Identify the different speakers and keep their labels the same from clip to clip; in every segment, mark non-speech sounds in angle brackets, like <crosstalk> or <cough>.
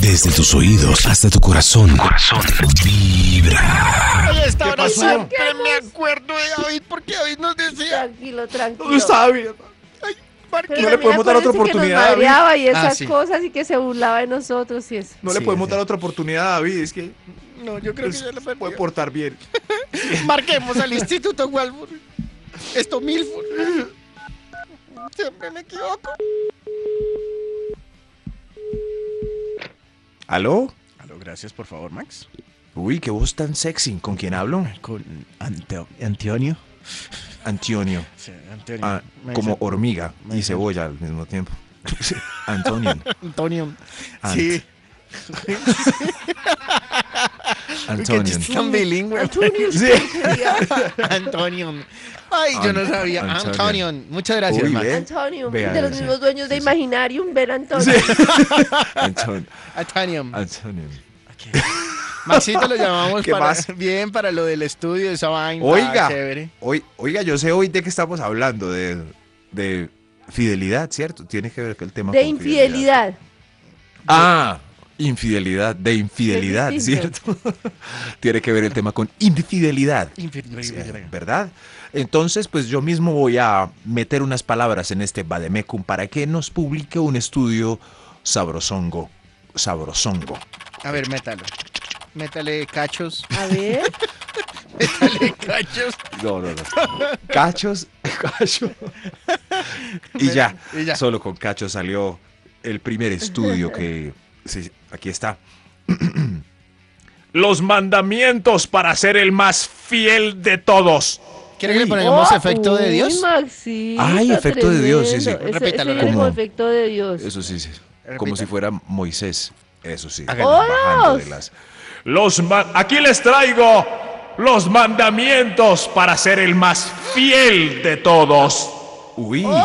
Speaker 1: Desde tus oídos hasta tu corazón. Corazón. Vibra.
Speaker 2: Oye, esta hora
Speaker 3: pasó?
Speaker 2: siempre me acuerdo de David porque David nos decía,
Speaker 4: Tranquilo, tranquilo.
Speaker 3: No sabe.
Speaker 2: ay,
Speaker 4: Pero
Speaker 2: Marquito,
Speaker 3: No le
Speaker 4: también
Speaker 3: podemos dar otra
Speaker 4: acuérdese que
Speaker 3: oportunidad, David.
Speaker 4: Nos mareaba y
Speaker 3: Ah,
Speaker 4: esas
Speaker 3: sí.
Speaker 4: cosas y que se burlaba de nosotros y eso.
Speaker 3: No le
Speaker 1: Sí,
Speaker 3: podemos
Speaker 1: sí.
Speaker 3: dar otra oportunidad a David. Es que
Speaker 2: no, yo creo que ya lo
Speaker 3: se puede
Speaker 2: perdió.
Speaker 3: portar bien.
Speaker 2: Marquemos al Instituto Walford. Esto Milford. Siempre me equivoco.
Speaker 3: ¿Aló?
Speaker 2: Aló, gracias, por favor, Max.
Speaker 3: Uy, qué voz tan sexy. ¿Con quién hablo?
Speaker 2: Con Antonio.
Speaker 3: Antonio.
Speaker 2: Sí, Antonio.
Speaker 3: Ah,
Speaker 2: Me
Speaker 3: como
Speaker 2: dice-
Speaker 3: hormiga
Speaker 2: me
Speaker 3: y
Speaker 2: dice-
Speaker 3: cebolla al mismo tiempo. <laughs> Antonio.
Speaker 2: <laughs> Antonio.
Speaker 3: Ant-
Speaker 2: Sí. Qué
Speaker 3: Antonio.
Speaker 2: chiste tan
Speaker 4: <laughs>
Speaker 2: bilingüe.
Speaker 4: Antonio,
Speaker 3: Sí.
Speaker 2: Antonio. Ay, yo no
Speaker 3: An-
Speaker 2: sabía.
Speaker 3: Antonio.
Speaker 2: Antonio. Muchas gracias,
Speaker 3: Uy,
Speaker 2: Max.
Speaker 3: <laughs> ve.
Speaker 4: Antonio,
Speaker 3: Vea,
Speaker 4: de los
Speaker 3: sí,
Speaker 4: mismos dueños de
Speaker 3: sí, sí.
Speaker 4: Imaginarium, ver Antonio.
Speaker 3: Antonio.
Speaker 2: Antonio.
Speaker 3: Antonio.
Speaker 2: Maxito lo llamamos
Speaker 3: ¿Qué
Speaker 2: para,
Speaker 3: más?
Speaker 2: bien para lo del estudio, esa vaina.
Speaker 3: Oiga.
Speaker 2: Chévere.
Speaker 3: Hoy, oiga, yo sé hoy de qué estamos hablando, de, de fidelidad, ¿cierto? Tiene que ver con el tema
Speaker 4: De
Speaker 3: con
Speaker 4: infidelidad.
Speaker 3: Ah, infidelidad, de infidelidad,
Speaker 4: Es distinto.
Speaker 3: ¿cierto? <laughs> Tiene que ver el tema con infidelidad. Eh, ¿Verdad? Entonces, pues yo mismo voy a meter unas palabras en este Bademecum para que nos publique un estudio sabrosongo. Sabrosongo.
Speaker 2: A ver, métalo. Métale cachos.
Speaker 4: A ver,
Speaker 2: Métale cachos.
Speaker 3: No, no, no. <laughs> Cachos, <laughs> cacho. Y ya,
Speaker 2: Y ya.
Speaker 3: solo con cacho salió el primer estudio <laughs> que... sí, aquí está. <clears throat> Los mandamientos para ser el más fiel de todos.
Speaker 2: ¿Quiere que le
Speaker 3: Uy.
Speaker 2: pongamos
Speaker 4: Oh,
Speaker 2: efecto de
Speaker 4: uy,
Speaker 2: Dios?
Speaker 4: Maxito,
Speaker 3: Ay, efecto de Dios, sí, sí.
Speaker 4: tremendo. Ese-
Speaker 2: Repítalo,
Speaker 4: ese viene
Speaker 3: ¿cómo?
Speaker 4: como efecto de Dios.
Speaker 3: Eso sí, sí. Como
Speaker 2: Repita.
Speaker 3: si fuera Moisés. Eso sí.
Speaker 2: Hágale.
Speaker 3: bajando de
Speaker 4: ¡Oros!
Speaker 3: las-
Speaker 5: Los ma- aquí les traigo los mandamientos para ser el más fiel de todos.
Speaker 3: Uy,
Speaker 4: ¡Oros!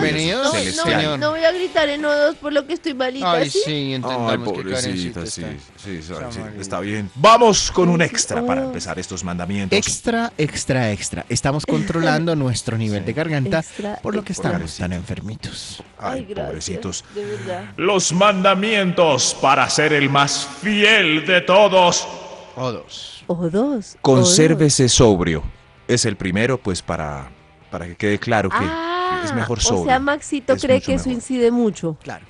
Speaker 2: bienvenidos,
Speaker 4: No, no,
Speaker 3: celestial.
Speaker 2: señor.
Speaker 4: no voy a gritar en O2 por lo que estoy malita,
Speaker 2: Ay,
Speaker 4: ¿sí?
Speaker 2: sí,
Speaker 3: Ay,
Speaker 2: entendamos que Karencita
Speaker 3: pobrecita,
Speaker 2: está.
Speaker 3: sí, sí, sí,
Speaker 2: está
Speaker 3: sí,
Speaker 2: malita.
Speaker 3: está bien. Vamos con un extra para
Speaker 4: Oh.
Speaker 3: empezar estos mandamientos.
Speaker 2: Extra, extra, extra. Estamos controlando nuestro nivel de garganta,
Speaker 4: Extra,
Speaker 2: por lo que
Speaker 4: extra.
Speaker 2: estamos tan enfermitos.
Speaker 3: Ay,
Speaker 4: gracias,
Speaker 3: pobrecitos.
Speaker 4: De verdad.
Speaker 5: Los mandamientos para ser el más fiel de todos.
Speaker 2: O dos.
Speaker 4: O2.
Speaker 3: Consérvese sobrio. Es el primero, pues, para, para que quede claro que
Speaker 4: Ah,
Speaker 3: es mejor sobrio.
Speaker 4: O sea, Maxito
Speaker 3: Es
Speaker 4: cree
Speaker 3: mucho
Speaker 4: que eso
Speaker 3: mejor.
Speaker 4: incide mucho.
Speaker 2: Claro.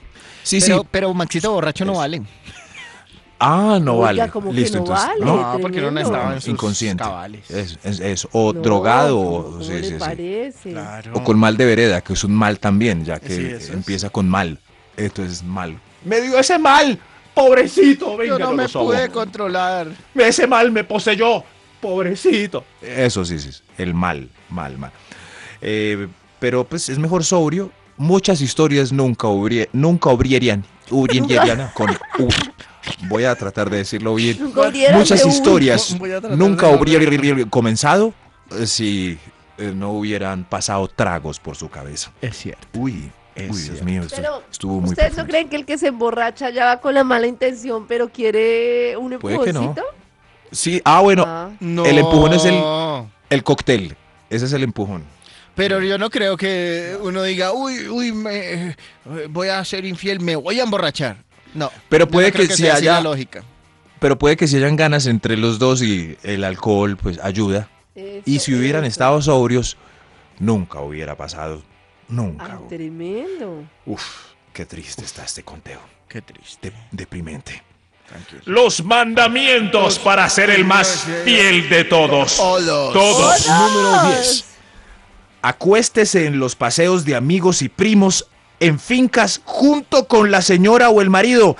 Speaker 3: Sí,
Speaker 2: pero,
Speaker 3: sí.
Speaker 2: pero Maxito borracho no
Speaker 3: Eso.
Speaker 2: vale.
Speaker 3: Ah, no
Speaker 4: Oiga,
Speaker 3: vale.
Speaker 4: como que
Speaker 3: Listo,
Speaker 4: no
Speaker 3: entonces.
Speaker 4: vale.
Speaker 3: No,
Speaker 2: No, porque no
Speaker 4: tremendo.
Speaker 2: estaba
Speaker 3: no,
Speaker 2: en sus
Speaker 3: inconsciente.
Speaker 2: cabales.
Speaker 3: Es, es- es- o
Speaker 4: No,
Speaker 3: drogado,
Speaker 4: ¿cómo-
Speaker 3: o-
Speaker 4: cómo
Speaker 3: sí,
Speaker 4: le
Speaker 3: sí, sí.
Speaker 4: parece?
Speaker 2: Claro.
Speaker 3: o con mal de vereda, que es un mal también, ya que
Speaker 2: Sí, eso es.
Speaker 3: empieza con mal. Esto es mal.
Speaker 5: Me dio ese mal, pobrecito.
Speaker 2: Yo no
Speaker 5: véngalo
Speaker 2: me
Speaker 5: los ojos.
Speaker 2: pude controlar.
Speaker 5: Ese mal me poseyó, pobrecito.
Speaker 3: Eso sí, sí, sí, el mal, mal, mal. Eh, pero pues es mejor sobrio. Muchas historias nunca, obrie- nunca obrieran. obrieran con, u- voy a tratar de decirlo bien.
Speaker 4: Nunca abrieron
Speaker 3: Muchas
Speaker 4: de un-
Speaker 3: historias
Speaker 2: Voy a tratar
Speaker 3: nunca
Speaker 2: de no
Speaker 3: habrían comenzado eh, si eh, no hubieran pasado tragos por su cabeza.
Speaker 2: Es cierto.
Speaker 3: Uy,
Speaker 2: Es
Speaker 3: uy, Dios
Speaker 2: cierto.
Speaker 3: mío, esto
Speaker 4: Pero,
Speaker 3: estuvo muy
Speaker 4: ¿Ustedes no
Speaker 3: profundo.
Speaker 4: creen que el que se emborracha ya va con la mala intención, pero quiere un
Speaker 3: Puede que no.
Speaker 4: empujoncito?
Speaker 3: Sí, ah, bueno,
Speaker 4: Ah.
Speaker 2: No.
Speaker 3: El empujón es el- el cóctel. Ese es el empujón.
Speaker 2: Pero yo no creo que uno diga, uy, uy, me, eh, voy a ser infiel, me voy a emborrachar. No.
Speaker 3: Pero
Speaker 2: yo no
Speaker 3: puede
Speaker 2: creo
Speaker 3: que se
Speaker 2: sea así la
Speaker 3: haya-
Speaker 2: lógica.
Speaker 3: Pero puede que si hayan ganas entre los dos y el alcohol, pues ayuda. Y
Speaker 4: Eso,
Speaker 3: si hubieran
Speaker 4: eso.
Speaker 3: estado sobrios, nunca hubiera pasado. Nunca.
Speaker 4: Ay, ah, tremendo.
Speaker 3: Uf, qué triste está este conteo.
Speaker 2: Qué triste.
Speaker 3: De- deprimente.
Speaker 5: Los mandamientos para ser el más fiel de todos.
Speaker 2: Todos.
Speaker 5: Todos.
Speaker 3: Número 10. Acuéstese en los paseos de amigos y primos, en fincas, junto con la señora o el marido.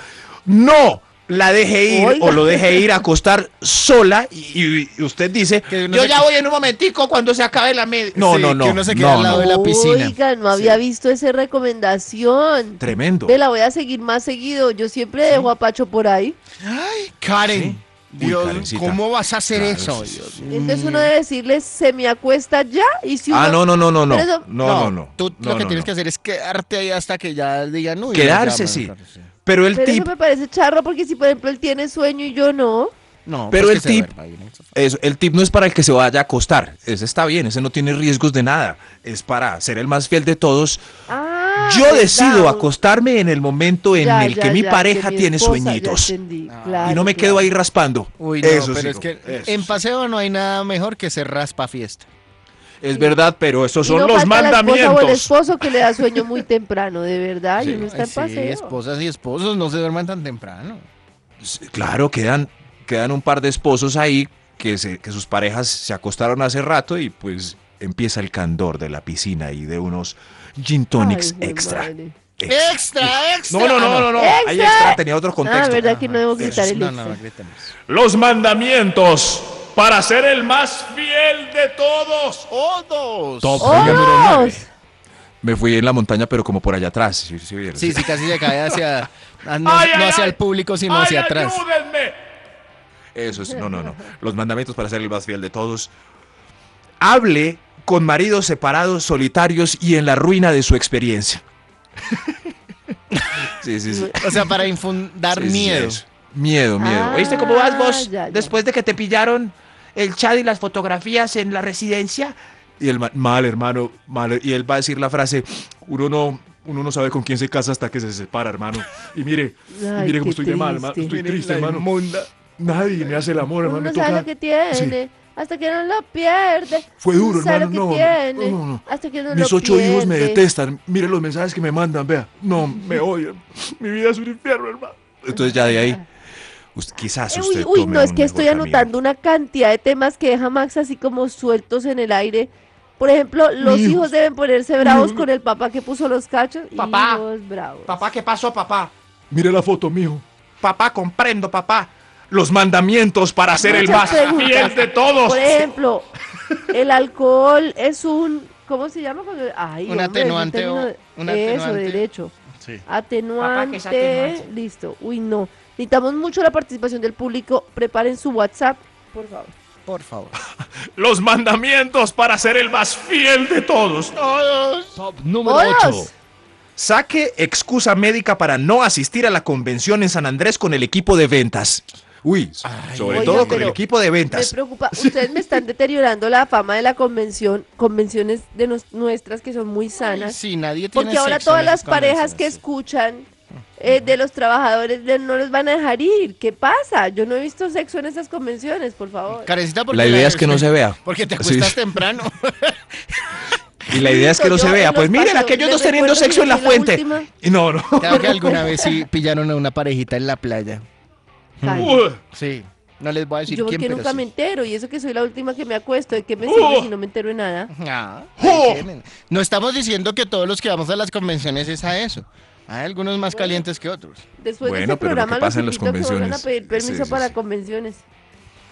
Speaker 3: No la deje ir
Speaker 4: Oiga.
Speaker 3: o lo deje ir a acostar sola y, y usted dice,
Speaker 2: Que uno
Speaker 3: yo
Speaker 2: se-
Speaker 3: ya voy en un momentico cuando se acabe la media. No,
Speaker 2: Sí,
Speaker 3: no, no.
Speaker 2: que uno se quede
Speaker 3: no,
Speaker 2: al lado
Speaker 3: no.
Speaker 2: de la piscina.
Speaker 4: Oigan, no había visto esa recomendación.
Speaker 3: Tremendo.
Speaker 4: Ve, la voy a seguir más seguido. Yo siempre dejo a Pacho por ahí.
Speaker 2: Karen.
Speaker 3: Sí. Uy,
Speaker 2: Dios,
Speaker 3: Karencita.
Speaker 2: ¿cómo vas a hacer
Speaker 3: Claro,
Speaker 2: eso?
Speaker 3: sí, sí.
Speaker 4: Entonces uno debe decirle, se me acuesta ya. Y si uno...
Speaker 3: Mm. Ah, no, no, no, no, no.
Speaker 4: Pero eso-
Speaker 3: No, no, no.
Speaker 2: Tú
Speaker 3: No,
Speaker 2: lo que
Speaker 3: no,
Speaker 2: tienes
Speaker 3: no.
Speaker 2: que hacer es quedarte ahí hasta que ya digan, uy.
Speaker 3: Quedarse,
Speaker 2: ya,
Speaker 3: sí.
Speaker 2: claro, sí.
Speaker 3: Pero el
Speaker 4: Pero
Speaker 3: tip,
Speaker 4: eso me parece charro porque si, por ejemplo, él tiene sueño y yo no.
Speaker 2: No,
Speaker 3: Pero
Speaker 2: pues
Speaker 3: el
Speaker 2: que se
Speaker 3: tip-
Speaker 2: duerma ahí en el sofá.
Speaker 3: eso, el tip no es para el que se vaya a acostar. Ese está bien, ese no tiene riesgos de nada. Es para ser el más fiel de todos.
Speaker 4: Ah, Ah,
Speaker 3: Yo
Speaker 4: ¿verdad?
Speaker 3: decido acostarme en el momento en
Speaker 4: Ya,
Speaker 3: el
Speaker 4: ya,
Speaker 3: que mi
Speaker 4: ya,
Speaker 3: pareja
Speaker 4: que mi
Speaker 3: tiene
Speaker 4: esposa, ya
Speaker 3: sueñitos.
Speaker 4: entendí,
Speaker 3: y
Speaker 4: claro,
Speaker 3: no me
Speaker 4: claro.
Speaker 3: quedo ahí raspando.
Speaker 2: Uy, no,
Speaker 3: eso
Speaker 2: pero
Speaker 3: sí,
Speaker 2: es que
Speaker 3: eso
Speaker 2: en
Speaker 3: sí.
Speaker 2: paseo no hay nada mejor que se raspa fiesta.
Speaker 3: Es verdad, pero eso
Speaker 4: Y
Speaker 5: son
Speaker 4: no
Speaker 5: los
Speaker 4: falta la esposa o el
Speaker 5: mandamientos.
Speaker 4: esposo que le da sueño muy temprano, de verdad, y uno está
Speaker 2: Ay,
Speaker 4: en
Speaker 2: sí,
Speaker 4: paseo.
Speaker 2: esposas y esposos no se duerman tan temprano.
Speaker 3: Claro, quedan, quedan un par de esposos ahí que, se- que sus parejas se acostaron hace rato y pues empieza el candor de la piscina y de unos gin tonics
Speaker 4: Ay,
Speaker 3: extra.
Speaker 4: madre.
Speaker 3: Extra.
Speaker 2: ¡Extra, extra!
Speaker 5: No, no, no, no, no.
Speaker 3: Ahí extra tenía otro
Speaker 4: Ah,
Speaker 3: contexto.
Speaker 4: verdad que no debo
Speaker 2: Eso
Speaker 4: gritar
Speaker 2: es-
Speaker 4: el
Speaker 2: no,
Speaker 4: extra.
Speaker 2: no, no, gritemos.
Speaker 5: Los mandamientos para ser el más fiel de todos. Todos.
Speaker 2: Top.
Speaker 3: Oiga, número
Speaker 4: ¡Oh,
Speaker 3: nueve.
Speaker 4: ¡Oros!
Speaker 3: Me fui en la montaña, pero como por allá atrás. si- si vieron.
Speaker 2: Oh, Sí, sí, casi se cae hacia. ah, No,
Speaker 5: Ay,
Speaker 2: no
Speaker 5: ay,
Speaker 2: hacia
Speaker 5: ay.
Speaker 2: el público, sino
Speaker 5: Ay,
Speaker 2: hacia atrás.
Speaker 5: ayúdenme.
Speaker 3: Eso es, no, no, no. Los mandamientos para ser el más fiel de todos. Hable con maridos separados, solitarios y en la ruina de su experiencia. <laughs> sí, sí, sí.
Speaker 2: O sea, para infundar
Speaker 3: Sí, sí,
Speaker 2: miedo.
Speaker 3: eso. miedo, miedo.
Speaker 4: Ah,
Speaker 3: ¿Oíste cómo vas vos
Speaker 4: ya, ya.
Speaker 3: después de que te pillaron el chat y las fotografías en la residencia? Y el ma- mal, hermano, mal. Y él va a decir la frase, uno no, uno no sabe con quién se casa hasta que se separa, hermano. Y mire, y
Speaker 4: Ay,
Speaker 3: mire cómo
Speaker 4: qué
Speaker 3: estoy de mal, ma-
Speaker 4: triste.
Speaker 3: estoy
Speaker 2: Miren
Speaker 3: triste,
Speaker 2: la
Speaker 3: hermano.
Speaker 2: inmunda.
Speaker 3: Nadie me hace el amor,
Speaker 4: Uno
Speaker 3: hermano. me
Speaker 4: no sabe
Speaker 3: toca-
Speaker 4: lo que tiene hasta que no lo pierde.
Speaker 3: Fue duro,
Speaker 4: Uno sabe
Speaker 3: hermano,
Speaker 4: lo que
Speaker 3: no, no,
Speaker 4: tiene
Speaker 3: no, no.
Speaker 4: hasta que no
Speaker 3: Mis
Speaker 4: lo
Speaker 3: ocho hijos me
Speaker 4: pierde.
Speaker 3: detestan. Mire los mensajes que me mandan, vea. No,
Speaker 4: <laughs>
Speaker 3: me odian. Mi vida es un infierno, hermano. Entonces ya de ahí, us- quizás
Speaker 4: Ah. Eh,
Speaker 3: usted
Speaker 4: Uy, uy,
Speaker 3: tome
Speaker 4: no, es
Speaker 3: un
Speaker 4: que
Speaker 3: mejor
Speaker 4: estoy
Speaker 3: camino.
Speaker 4: anotando una cantidad de temas que deja Max así como sueltos en el aire. Por ejemplo, los hijos deben ponerse bravos con el papá que puso los cachos.
Speaker 6: Papá.
Speaker 4: Hijos bravos.
Speaker 6: Papá, ¿qué pasó, papá?
Speaker 3: Mire la foto, mijo.
Speaker 6: Papá, comprendo, papá.
Speaker 5: Los mandamientos para ser el más
Speaker 4: Muchas preguntas.
Speaker 5: fiel de todos.
Speaker 4: Por ejemplo, el alcohol es un. ¿Cómo se llama? cuando- Ay,
Speaker 2: Un
Speaker 4: hombre, es
Speaker 2: atenuante
Speaker 4: término
Speaker 2: o-
Speaker 4: de-
Speaker 2: un
Speaker 4: Eso,
Speaker 2: atenuante.
Speaker 4: derecho.
Speaker 2: Sí.
Speaker 6: Papá,
Speaker 4: Atenuante,
Speaker 6: que es atenuante.
Speaker 4: Listo. Uy, no. Necesitamos mucho la participación del público. Preparen su WhatsApp, por favor.
Speaker 2: Por favor.
Speaker 5: Los mandamientos para ser el más fiel de todos.
Speaker 4: Número
Speaker 3: Saque excusa médica para no asistir a la convención en San Andrés con el equipo de ventas. Uy, sobre
Speaker 4: oiga,
Speaker 3: todo con el
Speaker 4: Ah. pero-
Speaker 3: equipo de
Speaker 4: Me
Speaker 3: ventas.
Speaker 2: <laughs>
Speaker 4: preocupa. Ustedes me están deteriorando la fama de la convención, convenciones de nos- nuestras que son muy sanas.
Speaker 2: Sí, nadie tiene
Speaker 4: Porque ahora
Speaker 2: sexo en
Speaker 4: todas
Speaker 2: esas
Speaker 4: las parejas que
Speaker 2: convenciones.
Speaker 4: escuchan eh, de los trabajadores le- no les van a dejar ir. ¿Qué pasa? Yo no he visto sexo en esas convenciones, por favor.
Speaker 2: Carecita, porque
Speaker 3: La idea es que no se vea.
Speaker 2: Porque te
Speaker 3: Sí.
Speaker 2: acuestas
Speaker 3: <laughs>
Speaker 2: temprano.
Speaker 3: Y la idea es que no se
Speaker 4: Yo
Speaker 3: vea.
Speaker 4: en
Speaker 3: Pues
Speaker 4: los
Speaker 3: miren,
Speaker 4: paseos,
Speaker 3: aquellos
Speaker 4: les
Speaker 3: dos teniendo
Speaker 4: recuerdo
Speaker 3: sexo en
Speaker 4: que
Speaker 3: la
Speaker 4: fui la
Speaker 3: fuente.
Speaker 4: última.
Speaker 3: Y no, no.
Speaker 2: Claro que alguna vez sí pillaron a una parejita en la playa.
Speaker 4: Cállate.
Speaker 5: Uh,
Speaker 2: Sí. No les voy a decir
Speaker 4: Yo
Speaker 2: quién,
Speaker 4: porque
Speaker 2: pero
Speaker 4: nunca
Speaker 2: sí.
Speaker 4: me entero y eso que soy la última que me acuesto, ¿de qué me
Speaker 5: Oh.
Speaker 4: sirve si no me entero de nada?
Speaker 2: Ah, ahí
Speaker 5: ¡Jo!
Speaker 2: tienen. No estamos diciendo que todos los que vamos a las convenciones es a eso. Hay algunos más calientes que otros.
Speaker 4: Después
Speaker 3: Bueno,
Speaker 4: de este
Speaker 3: pero lo
Speaker 4: programa
Speaker 3: que pasa en
Speaker 4: los
Speaker 3: las
Speaker 4: invito a que vuelvan a
Speaker 3: convenciones.
Speaker 4: pedir
Speaker 3: Sí,
Speaker 4: permiso
Speaker 3: sí,
Speaker 4: para
Speaker 3: sí.
Speaker 4: convenciones.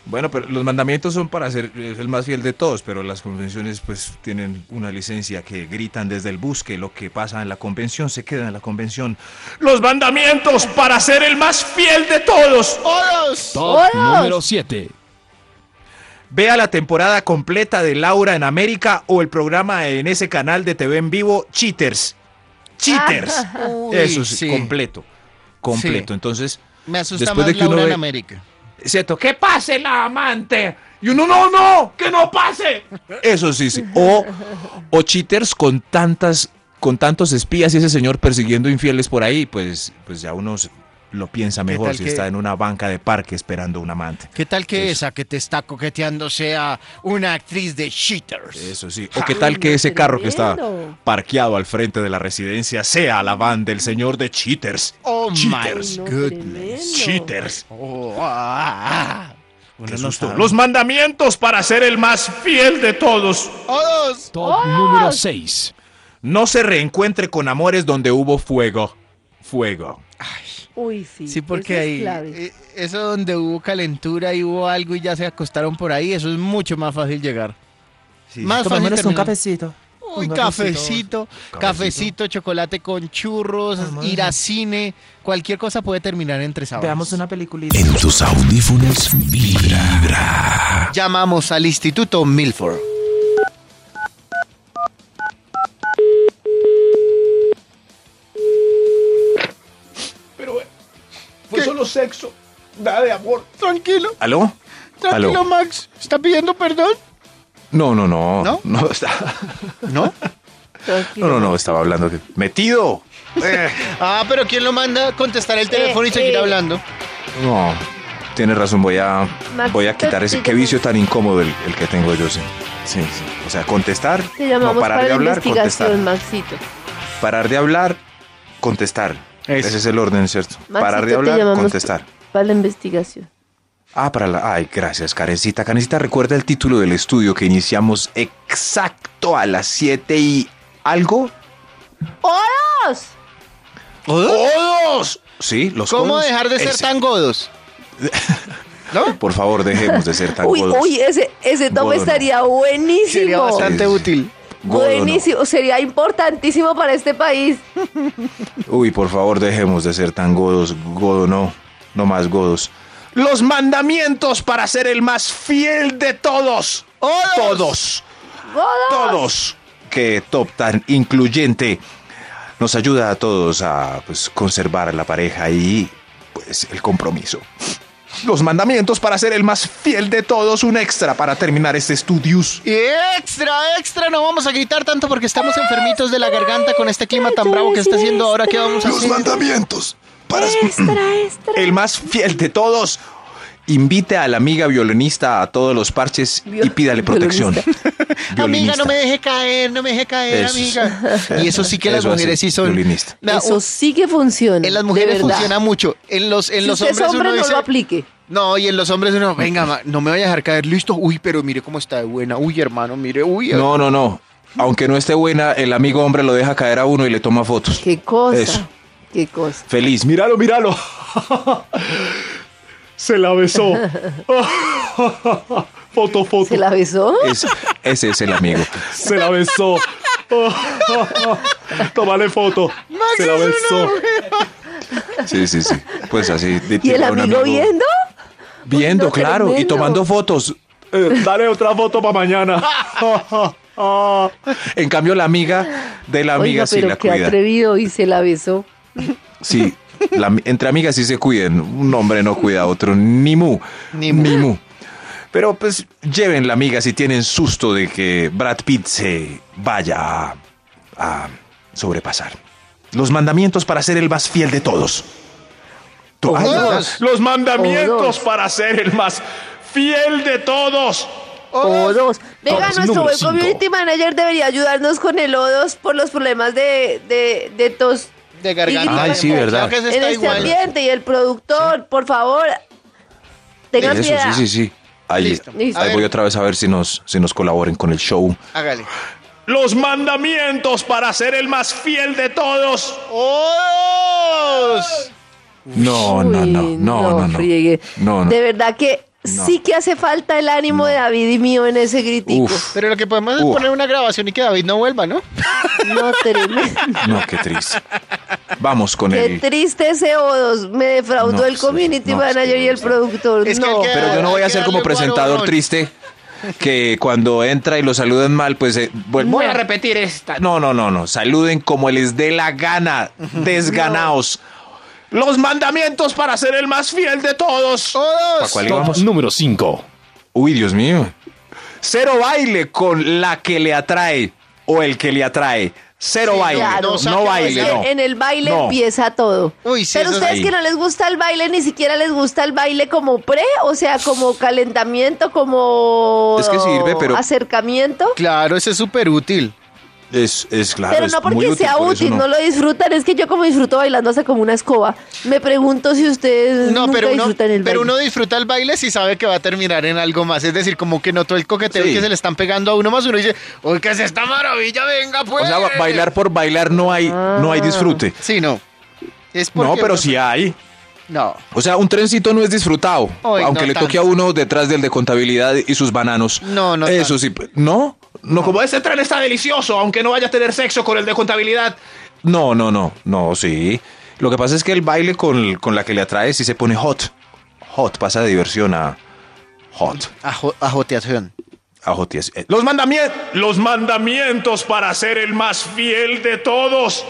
Speaker 3: Bueno, pero los mandamientos son para ser eh, el más fiel de todos, pero las convenciones pues tienen una licencia que gritan desde el bus que lo que pasa en la convención se queda en la convención.
Speaker 5: los mandamientos para ser el más fiel de todos.
Speaker 2: ¡Todos!
Speaker 1: Top
Speaker 4: ¡Oros!
Speaker 1: número 7.
Speaker 3: Vea la temporada completa de Laura en América o el programa en ese canal de TV en vivo Cheaters.
Speaker 4: <laughs>
Speaker 3: Cheaters.
Speaker 4: Ah.
Speaker 2: Uy,
Speaker 3: Eso sí,
Speaker 2: sí.
Speaker 3: completo. Completo.
Speaker 2: Sí.
Speaker 3: Entonces,
Speaker 2: Me asusta
Speaker 3: Después de
Speaker 2: más
Speaker 3: que
Speaker 2: Laura
Speaker 3: uno ve-
Speaker 2: en América.
Speaker 3: ¿cierto? ¿Qué
Speaker 6: Pase la amante. Y uno, no, no, que no pase.
Speaker 3: Eso sí, sí. O, o cheaters con tantas, con tantos espías y ese señor persiguiendo infieles por ahí, pues, pues ya uno se- lo piensa mejor
Speaker 2: tal
Speaker 3: si
Speaker 2: que-
Speaker 3: está en una banca de parque esperando un amante.
Speaker 2: ¿Qué tal que
Speaker 3: Eso.
Speaker 2: esa que te está coqueteando sea una actriz de cheaters?
Speaker 3: Eso sí.
Speaker 2: Ah,
Speaker 3: O qué tal que ese carro que está parqueado al frente de la residencia sea la van del señor de cheaters.
Speaker 2: Oh
Speaker 3: Cheaters.
Speaker 2: my
Speaker 4: Uy, no,
Speaker 2: goodness.
Speaker 4: tremendo.
Speaker 2: Cheaters. Oh, ah, ah. Uno
Speaker 3: Qué
Speaker 2: no
Speaker 3: susto.
Speaker 2: sabe.
Speaker 5: Los mandamientos para ser el más fiel de todos.
Speaker 2: todos.
Speaker 1: Top número 6.
Speaker 3: No se reencuentre con amores donde hubo fuego. Fuego.
Speaker 4: Uy, sí.
Speaker 2: Sí, porque
Speaker 4: eso es
Speaker 2: ahí
Speaker 4: clave.
Speaker 2: eh, eso donde hubo calentura y hubo algo y ya se acostaron por ahí, eso es mucho más fácil llegar.
Speaker 7: Ah,
Speaker 2: Más fácil terminar.
Speaker 6: cafecito.
Speaker 2: Uy, cafecito, cafecito, chocolate con churros, ir a cine, cualquier cosa puede terminar entre
Speaker 7: Ah,
Speaker 2: sábados.
Speaker 6: peliculita.
Speaker 1: En tus audífonos vibra.
Speaker 2: Llamamos al Instituto Milford.
Speaker 5: Pero eh, fue solo sexo, nada de amor.
Speaker 2: Tranquilo,
Speaker 3: ¿Aló?
Speaker 2: tranquilo,
Speaker 3: Aló.
Speaker 2: Max. ¿Está pidiendo perdón?
Speaker 3: No, <laughs> no, no.
Speaker 2: ¿No?
Speaker 3: No, está.
Speaker 2: eh, ¿No?
Speaker 4: Tranquilo.
Speaker 3: No, no, no, estaba hablando de... ¡Metido! Eh,
Speaker 2: Ah, pero ¿quién lo manda a contestar el teléfono y
Speaker 4: Eh,
Speaker 2: seguir
Speaker 4: eh.
Speaker 2: hablando?
Speaker 3: no, tienes razón, voy a, voy a quitar ese... Qué vicio tan incómodo el, el que tengo yo, sí. Sí, sí. O sea, contestar,
Speaker 4: Te llamamos
Speaker 3: no parar
Speaker 4: para
Speaker 3: de
Speaker 4: la
Speaker 3: hablar, contestar.
Speaker 4: investigación, Maxito.
Speaker 3: Parar de hablar, contestar.
Speaker 2: Eso.
Speaker 3: Ese es el orden, ¿cierto?
Speaker 4: Maxito,
Speaker 3: parar de
Speaker 4: te
Speaker 3: hablar,
Speaker 4: llamamos
Speaker 3: contestar.
Speaker 4: Para la investigación.
Speaker 3: Ah, para la. Ay, gracias, Karencita. Karencita, recuerda el título del estudio que iniciamos exacto a las 7 y algo.
Speaker 4: ¡Horas!
Speaker 3: ¡Codos! Sí, los
Speaker 2: ¿Cómo
Speaker 3: codos.
Speaker 2: dejar de ser
Speaker 3: Ese.
Speaker 2: tan godos? ¿No?
Speaker 3: Por favor, dejemos de ser tan
Speaker 4: <laughs> Uy,
Speaker 3: godos.
Speaker 4: uy, ese, ese tomo
Speaker 3: Godo no.
Speaker 4: estaría buenísimo.
Speaker 2: Sería bastante
Speaker 3: Sí, sí, sí.
Speaker 2: útil.
Speaker 3: Godo no.
Speaker 4: buenísimo, sería importantísimo para este país.
Speaker 3: Uy, por favor, dejemos de ser tan godos. Godo no. No más godos. Los mandamientos para ser el más fiel de todos. Todos.
Speaker 4: ¡Godo!
Speaker 3: todos. Qué top tan incluyente. Nos ayuda a todos a pues, conservar la pareja y pues el compromiso. Los mandamientos para ser el más fiel de todos, un extra para terminar este estudios.
Speaker 2: Y extra, extra, no vamos a gritar tanto porque estamos enfermitos de la garganta con este clima tan bravo que está haciendo ahora. ¿Qué vamos a
Speaker 3: Los
Speaker 2: hacer?
Speaker 3: mandamientos para
Speaker 4: Extra, extra.
Speaker 3: el más fiel de todos. Invite a la amiga violinista a todos los parches y
Speaker 4: Viol-
Speaker 3: pídale protección. <laughs>
Speaker 2: Amiga, no
Speaker 3: Violinista.
Speaker 2: me deje caer, no me deje caer,
Speaker 3: Eso sí.
Speaker 2: amiga. Y eso sí que las
Speaker 3: Eso así,
Speaker 2: mujeres sí son.
Speaker 3: violinista.
Speaker 2: Na-
Speaker 4: Eso sí que funciona.
Speaker 2: en las
Speaker 4: de
Speaker 2: mujeres
Speaker 4: verdad.
Speaker 2: funciona mucho. En los, en
Speaker 4: Si
Speaker 2: los
Speaker 4: usted
Speaker 2: hombres
Speaker 4: es hombre,
Speaker 2: uno
Speaker 4: no
Speaker 2: dice,
Speaker 4: lo aplique.
Speaker 2: No, y en los hombres uno, venga, ma, no me vaya a dejar caer, listo. Uy, pero mire cómo está de buena. Uy, hermano, mire, uy.
Speaker 3: No, no, no. Aunque no esté buena, el amigo hombre lo deja caer a uno y le toma fotos.
Speaker 4: Qué cosa.
Speaker 3: Eso.
Speaker 4: Qué cosa.
Speaker 3: Feliz. Míralo, míralo.
Speaker 5: Se la besó. foto, foto.
Speaker 4: ¿Se la besó?
Speaker 3: Es- ese es el amigo.
Speaker 5: Se la besó. Tómale foto. Se la besó.
Speaker 3: Sí, sí, sí. Pues así. de-
Speaker 4: ¿Y el
Speaker 3: un
Speaker 4: amigo viendo?
Speaker 3: Viendo,
Speaker 4: No,
Speaker 3: claro. Y
Speaker 4: tremendo.
Speaker 3: tomando fotos.
Speaker 5: Eh, dale otra foto para mañana.
Speaker 3: En cambio, la amiga de la amiga
Speaker 4: Oiga,
Speaker 3: sí
Speaker 4: pero
Speaker 3: la
Speaker 4: qué
Speaker 3: cuida.
Speaker 4: atrevido y se la besó.
Speaker 3: Sí. la- entre amigas sí se cuiden. Un hombre no cuida a otro. Ni mu.
Speaker 2: Ni mu.
Speaker 3: Pero pues lleven la amiga si tienen susto de que Brad Pitt se vaya a, a sobrepasar. Los mandamientos para ser el más fiel de todos. To- Ay, no,
Speaker 2: Todos.
Speaker 5: Los mandamientos
Speaker 4: Todos.
Speaker 5: para ser el más fiel de todos.
Speaker 4: O2. Venga,
Speaker 3: Todos, pues número
Speaker 4: nuestro web
Speaker 3: cinco.
Speaker 4: community manager debería ayudarnos con el O2 por los problemas de, de, de tos
Speaker 2: De garganta.
Speaker 4: Ay, sí,
Speaker 3: verdad.
Speaker 2: Creo que ese
Speaker 4: en
Speaker 2: Pues está
Speaker 4: este
Speaker 2: igual.
Speaker 4: ambiente. Y el productor, por favor, tenga
Speaker 3: Eso,
Speaker 4: piedad.
Speaker 3: sí, sí, sí. Ahí,
Speaker 2: Listo.
Speaker 4: Listo.
Speaker 3: ahí
Speaker 2: A
Speaker 3: voy
Speaker 2: ver.
Speaker 3: otra vez a ver si nos, si nos colaboren con el show.
Speaker 2: Hágale.
Speaker 5: Los mandamientos para ser el más fiel de todos.
Speaker 2: ¡Oh!
Speaker 3: No, no, no,
Speaker 4: Uy,
Speaker 3: no, no, no.
Speaker 4: friegue.
Speaker 3: No, no.
Speaker 4: De verdad que
Speaker 3: No.
Speaker 4: sí que hace falta el ánimo de David y mío en ese gritico.
Speaker 3: Uf,
Speaker 2: Pero lo que podemos es
Speaker 3: Uf.
Speaker 2: poner una grabación y que David no vuelva, ¿no?
Speaker 4: No,
Speaker 3: <laughs>
Speaker 4: tremendo.
Speaker 3: no, qué triste. Vamos con
Speaker 4: Qué
Speaker 3: el...
Speaker 4: triste ese O2. Me defraudó
Speaker 3: No,
Speaker 4: el
Speaker 3: sí,
Speaker 4: community
Speaker 3: no,
Speaker 4: manager y el productor.
Speaker 2: Es que
Speaker 4: no.
Speaker 2: él queda-
Speaker 3: Pero yo no voy
Speaker 2: Hay
Speaker 3: a
Speaker 2: que
Speaker 3: ser como
Speaker 2: darle
Speaker 3: presentador
Speaker 2: guarorón.
Speaker 3: triste que cuando entra y lo saludan mal, pues eh, bueno, voy a repetir esta. No, no, no, no. Saluden como les dé la gana, desganaos.
Speaker 5: Los mandamientos para ser el más fiel de todos.
Speaker 3: ¿A cuál
Speaker 8: Top
Speaker 3: íbamos?
Speaker 8: número 5.
Speaker 3: Uy, Dios mío. Cero baile con la que le atrae o el que le atrae. Cero
Speaker 2: Sí,
Speaker 3: baile,
Speaker 4: claro.
Speaker 3: no,
Speaker 2: No saque
Speaker 3: baile,
Speaker 2: bailar.
Speaker 3: no.
Speaker 4: En el baile
Speaker 3: No.
Speaker 4: empieza todo.
Speaker 2: Uy, sí,
Speaker 4: Pero
Speaker 2: eso
Speaker 4: ustedes
Speaker 3: sí.
Speaker 4: que no les gusta el baile, ni siquiera les gusta el baile como pre, o sea, como calentamiento, como
Speaker 3: Es que sirve, pero-
Speaker 4: acercamiento.
Speaker 2: Claro, ese es súper útil.
Speaker 3: Es, es claro.
Speaker 4: Pero
Speaker 3: es
Speaker 4: no porque
Speaker 3: muy útil,
Speaker 4: sea
Speaker 3: por eso
Speaker 4: útil,
Speaker 3: no.
Speaker 4: no. lo disfrutan. Es que yo como disfruto bailando hasta como una escoba. Me pregunto si ustedes
Speaker 2: No,
Speaker 4: nunca
Speaker 2: pero uno,
Speaker 4: disfrutan el
Speaker 2: pero
Speaker 4: baile.
Speaker 2: uno disfruta el baile si sabe que va a terminar en algo más. Es decir, como que notó el coqueteo
Speaker 3: Sí.
Speaker 2: que se le están pegando a uno más uno dice, ¡Uy, qué es esta maravilla! ¡Venga,
Speaker 3: O
Speaker 2: pues!
Speaker 3: sea, ba- bailar por bailar no hay, no
Speaker 4: Ah.
Speaker 3: hay disfrute.
Speaker 2: Sí, no. Es
Speaker 3: No,
Speaker 2: porque
Speaker 3: pero
Speaker 2: uno-
Speaker 3: sí hay.
Speaker 2: No.
Speaker 3: O sea, un trencito no es disfrutado,
Speaker 2: Ay,
Speaker 3: aunque
Speaker 2: no
Speaker 3: le toque
Speaker 2: tanto.
Speaker 3: a uno detrás del de contabilidad y sus bananos.
Speaker 2: No, no
Speaker 3: Eso
Speaker 2: tanto.
Speaker 3: sí, pe- no, no como
Speaker 5: Como este tren está delicioso, aunque no vaya a tener sexo con el de contabilidad.
Speaker 3: no, no, no, no, sí. Lo que pasa es que el baile con, con la que le atrae sí se pone hot. Hot pasa de diversión a hot.
Speaker 2: Ajo- ajoteación.
Speaker 3: A hot y es- eh,
Speaker 5: Los mandamientos. Los mandamientos para ser el más fiel de todos.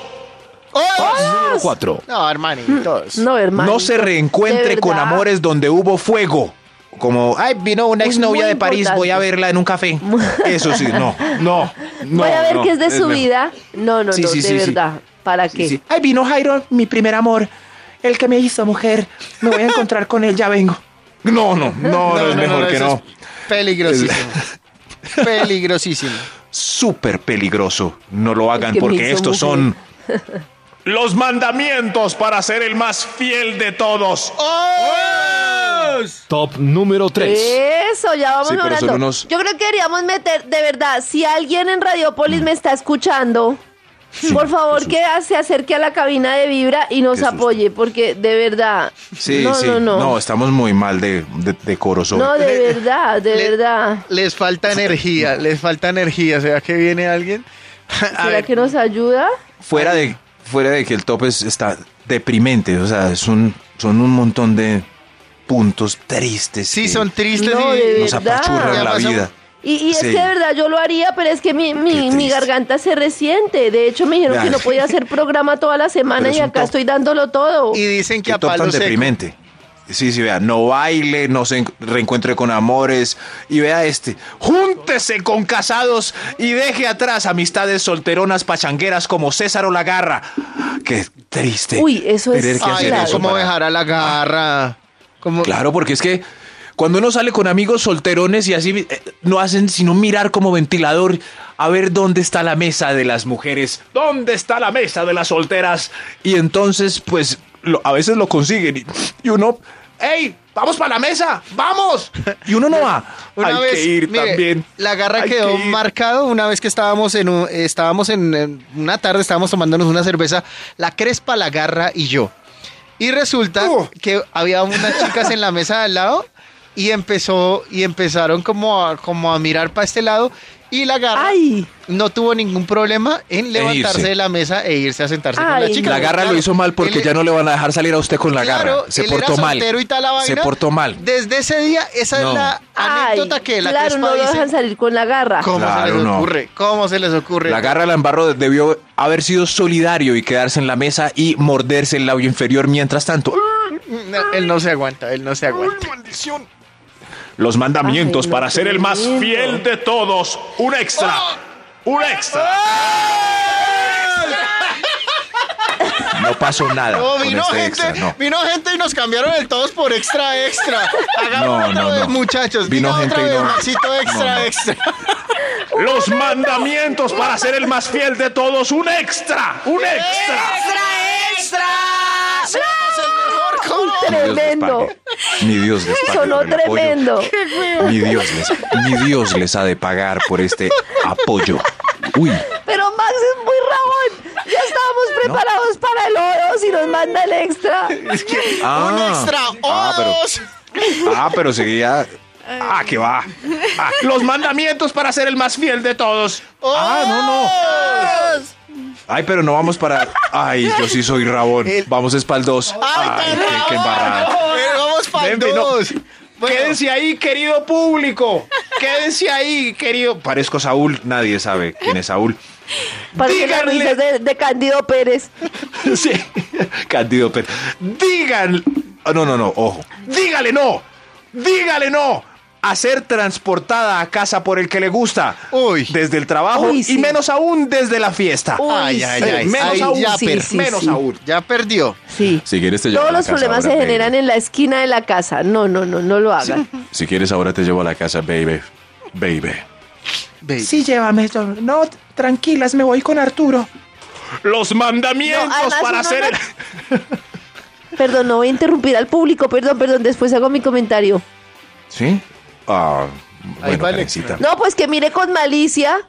Speaker 8: Número 4.
Speaker 2: No, hermano, todos.
Speaker 4: No, hermano.
Speaker 3: no se reencuentre con amores donde hubo fuego. Como, ay, vino una
Speaker 4: Muy
Speaker 3: exnovia de París,
Speaker 4: importante.
Speaker 3: voy a verla en un
Speaker 4: <laughs>
Speaker 3: café. Eso sí, no.
Speaker 5: No, no.
Speaker 4: Voy a ver
Speaker 5: no,
Speaker 4: qué es de su
Speaker 5: mejor.
Speaker 4: vida. No, no,
Speaker 3: Sí,
Speaker 4: no,
Speaker 3: sí,
Speaker 4: de
Speaker 3: sí, sí.
Speaker 4: verdad. ¿Para qué?
Speaker 3: sí.
Speaker 7: Ay, vino Jairo, mi primer amor. El que me hizo mujer. Me voy a encontrar con él, ya vengo.
Speaker 5: No, no,
Speaker 4: <laughs>
Speaker 5: no, no, es mejor que
Speaker 2: eso
Speaker 5: no.
Speaker 2: es peligrosísimo.
Speaker 3: <laughs>
Speaker 2: peligrosísimo.
Speaker 3: Súper peligroso. No lo hagan
Speaker 4: que me
Speaker 3: porque
Speaker 4: hizo
Speaker 3: estos
Speaker 4: mujer.
Speaker 3: son
Speaker 5: <laughs> Los mandamientos para ser el más fiel de todos.
Speaker 9: Top número 3.
Speaker 4: Eso, ya vamos
Speaker 3: Sí, pero son
Speaker 4: mejorando.
Speaker 3: unos-
Speaker 4: Yo creo que deberíamos meter, de verdad, si alguien en Radiopolis
Speaker 3: Mm.
Speaker 4: me está escuchando, por favor que se acerque a la cabina de Vibra y nos
Speaker 3: Qué susto.
Speaker 4: apoye, porque de verdad.
Speaker 3: Sí,
Speaker 4: no,
Speaker 3: sí.
Speaker 4: no, no, no.
Speaker 3: estamos muy mal de, de, de coro sobre-
Speaker 4: de verdad, de
Speaker 2: le-
Speaker 4: verdad.
Speaker 2: Les falta energía, les falta energía. ¿Será que viene alguien? <laughs> A
Speaker 4: ¿Será
Speaker 2: ver,
Speaker 4: que nos ayuda?
Speaker 3: Fuera de, fuera de que el top es- está deprimente. O sea, es un- son un montón de puntos tristes.
Speaker 2: sí,
Speaker 3: que
Speaker 2: son tristes
Speaker 4: No,
Speaker 2: y...
Speaker 4: de
Speaker 3: Nos
Speaker 4: verdad.
Speaker 3: apachurran
Speaker 2: Ya
Speaker 3: la
Speaker 2: pasó.
Speaker 3: vida.
Speaker 4: Y, y es
Speaker 3: Sí.
Speaker 4: que de verdad yo lo haría, pero es que mi, mi-
Speaker 3: Qué
Speaker 4: mi
Speaker 3: triste.
Speaker 4: garganta se resiente. De hecho, me dijeron
Speaker 3: Ya.
Speaker 4: que no podía hacer programa toda la semana
Speaker 3: <laughs> Pero es
Speaker 4: y
Speaker 3: un
Speaker 4: acá
Speaker 3: top.
Speaker 4: estoy dándolo todo.
Speaker 2: Y dicen que
Speaker 3: Qué
Speaker 2: a
Speaker 3: top tan
Speaker 2: palo seco.
Speaker 3: deprimente. Sí, sí, vea, no baile, no se en- reencuentre con amores. Y vea este, júntese con casados y deje atrás amistades solteronas pachangueras como César o la Garra. Qué triste.
Speaker 4: Uy, eso es
Speaker 3: tener que
Speaker 2: Ay,
Speaker 3: hacer
Speaker 2: no,
Speaker 4: grave.
Speaker 3: eso
Speaker 2: cómo
Speaker 3: para-
Speaker 2: dejar a la garra. Como,
Speaker 3: Claro, porque es que cuando uno sale con amigos solterones y así, eh, no hacen sino mirar como ventilador a ver dónde está la mesa de las mujeres, dónde está la mesa de las solteras. Y entonces, pues, lo- a veces lo consiguen y, y uno, ¡Ey! ¡Vamos para la mesa! ¡Vamos! Y
Speaker 2: <laughs>
Speaker 3: uno no va.
Speaker 2: Una
Speaker 3: Hay
Speaker 2: vez,
Speaker 3: que ir
Speaker 2: mire,
Speaker 3: también.
Speaker 2: La garra
Speaker 3: Hay
Speaker 2: quedó
Speaker 3: que ir.
Speaker 2: marcado una vez que estábamos en un- estábamos en, en una tarde, estábamos tomándonos una cerveza, la Crespa, la garra y yo. Y resulta
Speaker 3: Uh.
Speaker 2: que había unas chicas en la mesa de al lado y empezó y empezaron como a, como a mirar para este lado y la garra
Speaker 4: ¡Ay!
Speaker 2: no tuvo ningún problema en levantarse
Speaker 3: E irse.
Speaker 2: de la mesa e irse a sentarse con
Speaker 4: Ay,
Speaker 2: la chica.
Speaker 3: La garra
Speaker 2: Claro,
Speaker 3: lo hizo mal porque
Speaker 2: él-
Speaker 3: ya no le van a dejar salir a usted con la
Speaker 2: Claro,
Speaker 3: garra. Se
Speaker 2: él
Speaker 3: portó
Speaker 2: era
Speaker 3: mal.
Speaker 2: soltero y tal la
Speaker 3: Se
Speaker 2: vaina.
Speaker 3: portó mal.
Speaker 2: Desde ese día, esa
Speaker 3: No.
Speaker 2: es la anécdota
Speaker 4: Ay,
Speaker 2: que la
Speaker 4: claro,
Speaker 2: Crespa
Speaker 4: no lo
Speaker 2: dice.
Speaker 4: dejan salir con la garra.
Speaker 2: ¿Cómo se
Speaker 3: Claro,
Speaker 2: les
Speaker 3: no.
Speaker 2: ocurre? ¿Cómo se les ocurre?
Speaker 3: La garra la embarró debió haber sido solidario y quedarse en la mesa y morderse el labio inferior mientras tanto.
Speaker 2: No, él no se aguanta, él no se aguanta.
Speaker 5: Maldición.
Speaker 3: Los mandamientos
Speaker 4: Ay, no,
Speaker 3: para
Speaker 5: Para ser el más
Speaker 4: Tremendo.
Speaker 5: fiel de todos. Un extra. Un extra.
Speaker 3: no pasó nada.
Speaker 2: No,
Speaker 3: con
Speaker 2: vino
Speaker 3: este
Speaker 2: gente,
Speaker 3: extra, no.
Speaker 2: vino gente y nos cambiaron el todos por extra extra. Hagamos
Speaker 3: No,
Speaker 2: otra
Speaker 3: no,
Speaker 2: vez,
Speaker 3: no.
Speaker 2: muchachos.
Speaker 3: Vino
Speaker 2: Diga
Speaker 3: gente
Speaker 2: otra
Speaker 3: y
Speaker 2: vez,
Speaker 3: no.
Speaker 2: Maxito, extra
Speaker 3: No, no.
Speaker 2: extra.
Speaker 5: Los mandamientos para ser el más fiel de todos. Un extra. Un extra.
Speaker 2: Somos el mejor coro.
Speaker 3: Ni <laughs> Dios les pague. Ni
Speaker 4: Tremendo.
Speaker 3: Dios les pague
Speaker 4: Sonó
Speaker 3: por el apoyo. <laughs>
Speaker 4: tremendo.
Speaker 3: Ni Dios, les, ni Dios les ha de pagar por este apoyo. Uy,
Speaker 4: Pero Max es muy rabón. Ya estábamos preparados para el oro si nos manda
Speaker 3: <laughs>
Speaker 4: el extra.
Speaker 3: Ah.
Speaker 2: Un extra o
Speaker 3: Ah, pero-
Speaker 2: dos.
Speaker 3: ah, pero seguía.
Speaker 5: Ah, que va. Ah, los mandamientos para ser el más fiel de todos.
Speaker 3: Ah,
Speaker 2: Oh.
Speaker 3: no, no. Ay, pero no vamos para. Ay, yo sí soy rabón.
Speaker 2: El-
Speaker 3: Vamos es para el dos.
Speaker 2: Ay,
Speaker 3: Ay,
Speaker 2: tan
Speaker 3: qué, qué embarrada.
Speaker 2: Pero vamos para
Speaker 5: Vente, no.
Speaker 2: dos. Bueno,
Speaker 5: Quédense ahí, querido público.
Speaker 3: Quédense ahí, querido. Parezco Saúl, nadie sabe quién es Saúl.
Speaker 4: Parece las
Speaker 5: Díganle.
Speaker 4: risas de, de Candido Pérez.
Speaker 3: <laughs> Sí, Candido Pérez. Digan. Ah, No, no, no, ojo.
Speaker 5: Dígale no. Dígale no.
Speaker 3: A ser transportada a casa por el que le gusta.
Speaker 2: Uy.
Speaker 3: Desde el trabajo
Speaker 4: Uy, sí.
Speaker 3: y menos aún desde la fiesta.
Speaker 4: Uy,
Speaker 2: Ay, ay,
Speaker 4: sí.
Speaker 2: ay.
Speaker 3: Menos
Speaker 2: Ahí
Speaker 3: aún,
Speaker 2: ya,
Speaker 4: sí,
Speaker 2: per-
Speaker 4: sí,
Speaker 2: menos
Speaker 4: sí.
Speaker 2: aún. Ya perdió.
Speaker 4: Sí.
Speaker 3: Si quieres te llevo
Speaker 4: Todos
Speaker 3: a la
Speaker 4: los
Speaker 3: casa
Speaker 4: problemas
Speaker 3: ahora,
Speaker 4: se generan
Speaker 3: baby.
Speaker 4: en la esquina de la casa. No, no, no, no lo hagan.
Speaker 3: Si quieres ahora te llevo a la casa, baby. Baby.
Speaker 2: Ve.
Speaker 7: Sí, llévame. yo- No, tranquilas, me voy con Arturo.
Speaker 5: Los mandamientos
Speaker 4: No, además
Speaker 5: para
Speaker 4: uno
Speaker 5: ser
Speaker 4: no-
Speaker 5: el...
Speaker 4: Perdón, no voy a interrumpir al público. Perdón, perdón, después hago mi comentario.
Speaker 3: ¿Sí? Ah, bueno,
Speaker 2: vale.
Speaker 3: Karencita.
Speaker 4: No, pues que mire con malicia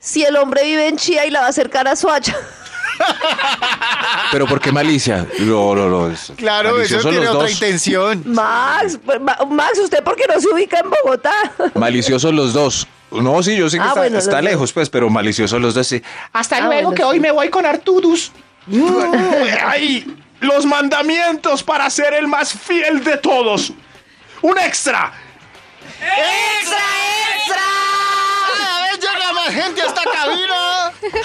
Speaker 4: si el hombre vive en Chía y la va a acercar a Soacha. <laughs>
Speaker 3: Pero ¿por qué malicia? No, no, no. es-
Speaker 2: Claro, eso
Speaker 3: maliciosos
Speaker 2: tiene
Speaker 3: los
Speaker 2: otra
Speaker 3: dos.
Speaker 2: intención.
Speaker 4: Max, pues, Ma- Max, ¿usted por qué no se ubica en Bogotá?
Speaker 3: Maliciosos los dos. No, sí, yo sé que
Speaker 4: Ah,
Speaker 3: está,
Speaker 4: bueno,
Speaker 3: está
Speaker 4: los dos.
Speaker 3: lejos, pues, pero maliciosos los dos. Sí.
Speaker 7: Hasta
Speaker 4: Ah,
Speaker 7: luego,
Speaker 4: bueno,
Speaker 7: que
Speaker 4: sí.
Speaker 7: hoy me voy con Arturus.
Speaker 3: <laughs>
Speaker 5: ¡Ay! Los mandamientos para ser el más fiel de todos. Un extra.
Speaker 2: ¡Extra, extra! ¡Cada vez llega más gente a esta cabina!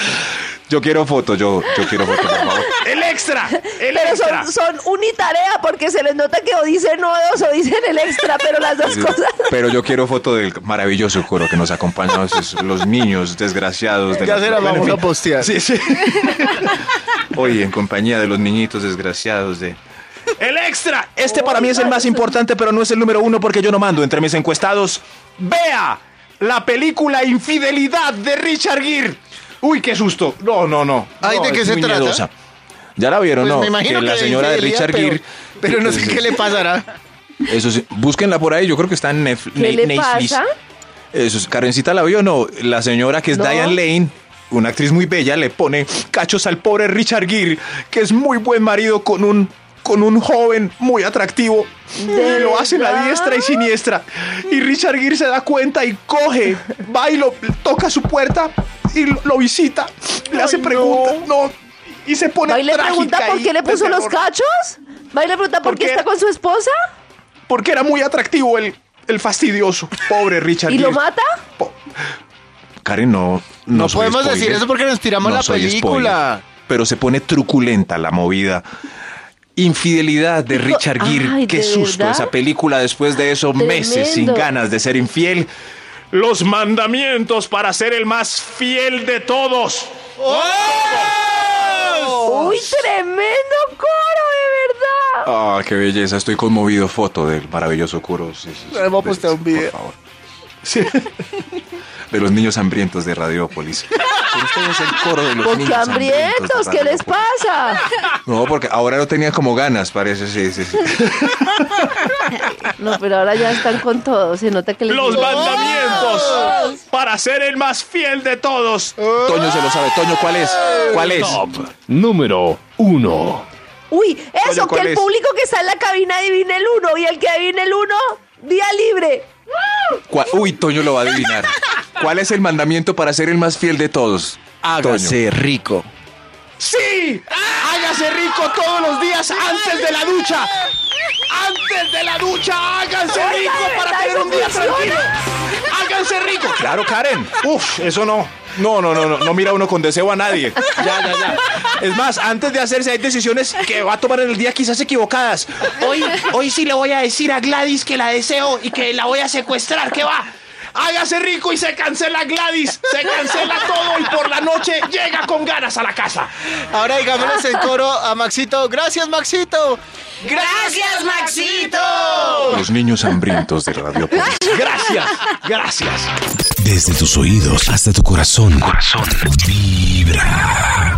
Speaker 3: Yo quiero foto, yo, yo quiero foto, por favor.
Speaker 5: ¡El extra! ¡El
Speaker 4: Pero
Speaker 5: extra!
Speaker 4: son, son unitarea porque se les nota que o dicen no dos o dicen el extra, pero las dos
Speaker 3: Sí,
Speaker 4: cosas.
Speaker 3: Pero yo quiero foto del maravilloso coro que nos acompaña, esos- los niños desgraciados. de
Speaker 2: Ya
Speaker 3: la-
Speaker 2: se las
Speaker 3: Bueno, en
Speaker 2: vamos a
Speaker 3: fin.
Speaker 2: postear.
Speaker 3: Sí, <laughs> sí. Hoy en compañía de los niñitos desgraciados de...
Speaker 5: ¡El extra!
Speaker 3: Este para mí es el más importante, pero no es el número uno porque yo no mando entre mis encuestados.
Speaker 5: ¡Vea! La película Infidelidad de Richard Gere.
Speaker 3: Uy, qué susto. No, no, no.
Speaker 2: Ay,
Speaker 3: No,
Speaker 2: ¿de qué
Speaker 3: es
Speaker 2: se
Speaker 3: muy
Speaker 2: trata?
Speaker 3: miedosa. Ya la vieron,
Speaker 2: Pues
Speaker 3: ¿no?
Speaker 2: me imagino que,
Speaker 3: la señora de
Speaker 2: infidelidad,
Speaker 3: Richard
Speaker 2: pero-
Speaker 3: Gere. pues,
Speaker 2: Pero no sé qué le pasará.
Speaker 3: Eso sí, búsquenla por ahí, yo creo que está en Nef-
Speaker 4: ¿Qué
Speaker 3: Ne-
Speaker 4: le
Speaker 3: Netflix.
Speaker 4: pasa?
Speaker 3: Eso es, Eh, Karencita la vio, no. La señora que es
Speaker 4: No.
Speaker 3: Diane Lane, una actriz muy bella, le pone cachos al pobre Richard Gere, que es muy buen marido con un con un joven muy atractivo.
Speaker 4: ¿De
Speaker 3: Y lo hacen a
Speaker 4: verdad?
Speaker 3: diestra y siniestra. Y Richard Gere se da cuenta y coge, va y lo toca su puerta y lo, lo visita, le hace preguntas, no. y se pone
Speaker 4: ¿Va y le
Speaker 3: trágica
Speaker 4: pregunta por
Speaker 3: y
Speaker 4: qué le
Speaker 3: de
Speaker 4: puso los
Speaker 3: terror.
Speaker 4: cachos? ¿Va y le pregunta por,
Speaker 3: ¿Por
Speaker 4: qué
Speaker 3: qué?
Speaker 4: está con su esposa?
Speaker 3: Porque era muy atractivo el, el fastidioso. Pobre Richard
Speaker 4: ¿Y lo
Speaker 3: Gere.
Speaker 4: mata?
Speaker 3: Karen, no. No,
Speaker 2: No,
Speaker 3: soy
Speaker 2: podemos
Speaker 3: spoiler.
Speaker 2: decir eso porque nos tiramos
Speaker 3: No
Speaker 2: la
Speaker 3: soy
Speaker 2: película.
Speaker 3: spoiler, pero se pone truculenta la movida. Infidelidad de
Speaker 4: Hijo,
Speaker 3: Richard Gere.
Speaker 4: ay,
Speaker 3: Qué
Speaker 4: ¿de
Speaker 3: susto
Speaker 4: verdad?
Speaker 3: esa película después de eso, meses sin
Speaker 4: Tremendo.
Speaker 3: ganas de ser infiel.
Speaker 5: Los mandamientos para ser el más fiel de todos.
Speaker 3: Oh.
Speaker 4: ¡Uy, tremendo coro, de verdad!
Speaker 3: Ah, qué belleza. Estoy conmovido. Foto del maravilloso curo. Sí, sí, sí.
Speaker 2: Le voy a postear un video.
Speaker 3: Por favor. Sí. De los niños hambrientos de Radiopolis. Pero usted es el coro de los
Speaker 4: Porque
Speaker 3: niños
Speaker 4: hambrientos,
Speaker 3: de
Speaker 4: ¿qué les
Speaker 3: Radiopolis.
Speaker 4: pasa?
Speaker 3: No, porque ahora no tenía como ganas, parece. Sí, sí, sí. <laughs>
Speaker 4: No, pero ahora ya están con todo, se nota que Oh. les
Speaker 5: Los mandamientos para ser el más fiel de todos.
Speaker 3: Toño se lo sabe. Toño, ¿cuál es? ¿Cuál es?
Speaker 5: número uno.
Speaker 4: Uy, eso,
Speaker 3: Oye,
Speaker 4: que
Speaker 3: ¿cuál
Speaker 4: el
Speaker 3: es?
Speaker 4: público que está en la cabina adivine el uno y el que adivine el uno, día libre.
Speaker 3: ¿Cuál- Uy, Toño lo va a adivinar. ¿Cuál es el mandamiento para ser el más fiel de todos? Toño.
Speaker 2: rico.
Speaker 5: ¡Sí! ¡Hágase rico todos los días antes de la ducha! ¡Antes de la ducha! ¡Háganse
Speaker 4: Oiga,
Speaker 5: rico
Speaker 4: ¿de
Speaker 5: para
Speaker 4: verdad
Speaker 5: tener
Speaker 4: eso
Speaker 5: un día
Speaker 4: funciona?
Speaker 5: tranquilo! ¡Háganse rico!
Speaker 3: Claro, Karen.
Speaker 5: Uf, eso no.
Speaker 3: No, no, no, no, no mira uno con deseo a nadie. Ya, ya, ya. Es más, antes de hacerse hay decisiones que va a tomar en el día quizás equivocadas.
Speaker 10: Hoy, hoy sí le voy a decir a Gladys que la deseo y que la voy a secuestrar. ¿Qué va?
Speaker 5: Hágase rico y se cancela Gladys. Se cancela todo y por la noche llega con ganas a la casa.
Speaker 2: Ahora digámosles el coro a Maxito. Gracias, Maxito.
Speaker 5: ¡Gracias, Maxito!
Speaker 3: Los niños hambrientos de Radio
Speaker 5: Gracias, gracias.
Speaker 1: Desde tus oídos hasta tu corazón. Corazón. Vibra.